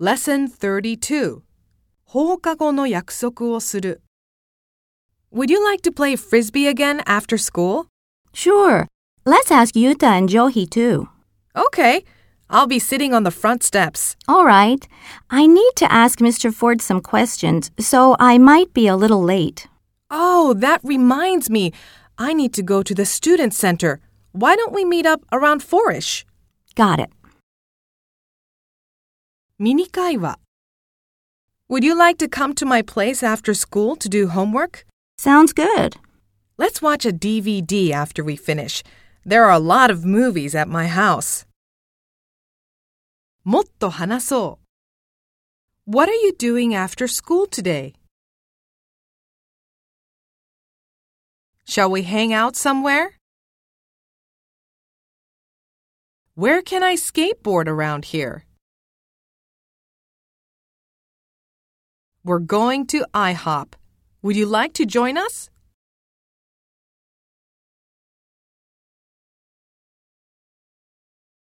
Lesson 32放課後の約束をする Would you like to play frisbee again after school? Sure. Let's ask Yuta and Johi too. Okay, I'll be sitting on the front steps. All right. I need to ask Mr. Ford some questions, so I might be a little late. Oh, that reminds me. I need to go to the student center. Why don't we meet up around 4ish? Got it. ミニ会話 Would you like to come to my place after school to do homework? Sounds good. Let's watch a DVD after we finish. There are a lot of movies at my house. もっと話そう What are you doing after school today? Shall we hang out somewhere? Where can I skateboard around here? We're going to IHOP. Would you like to join us?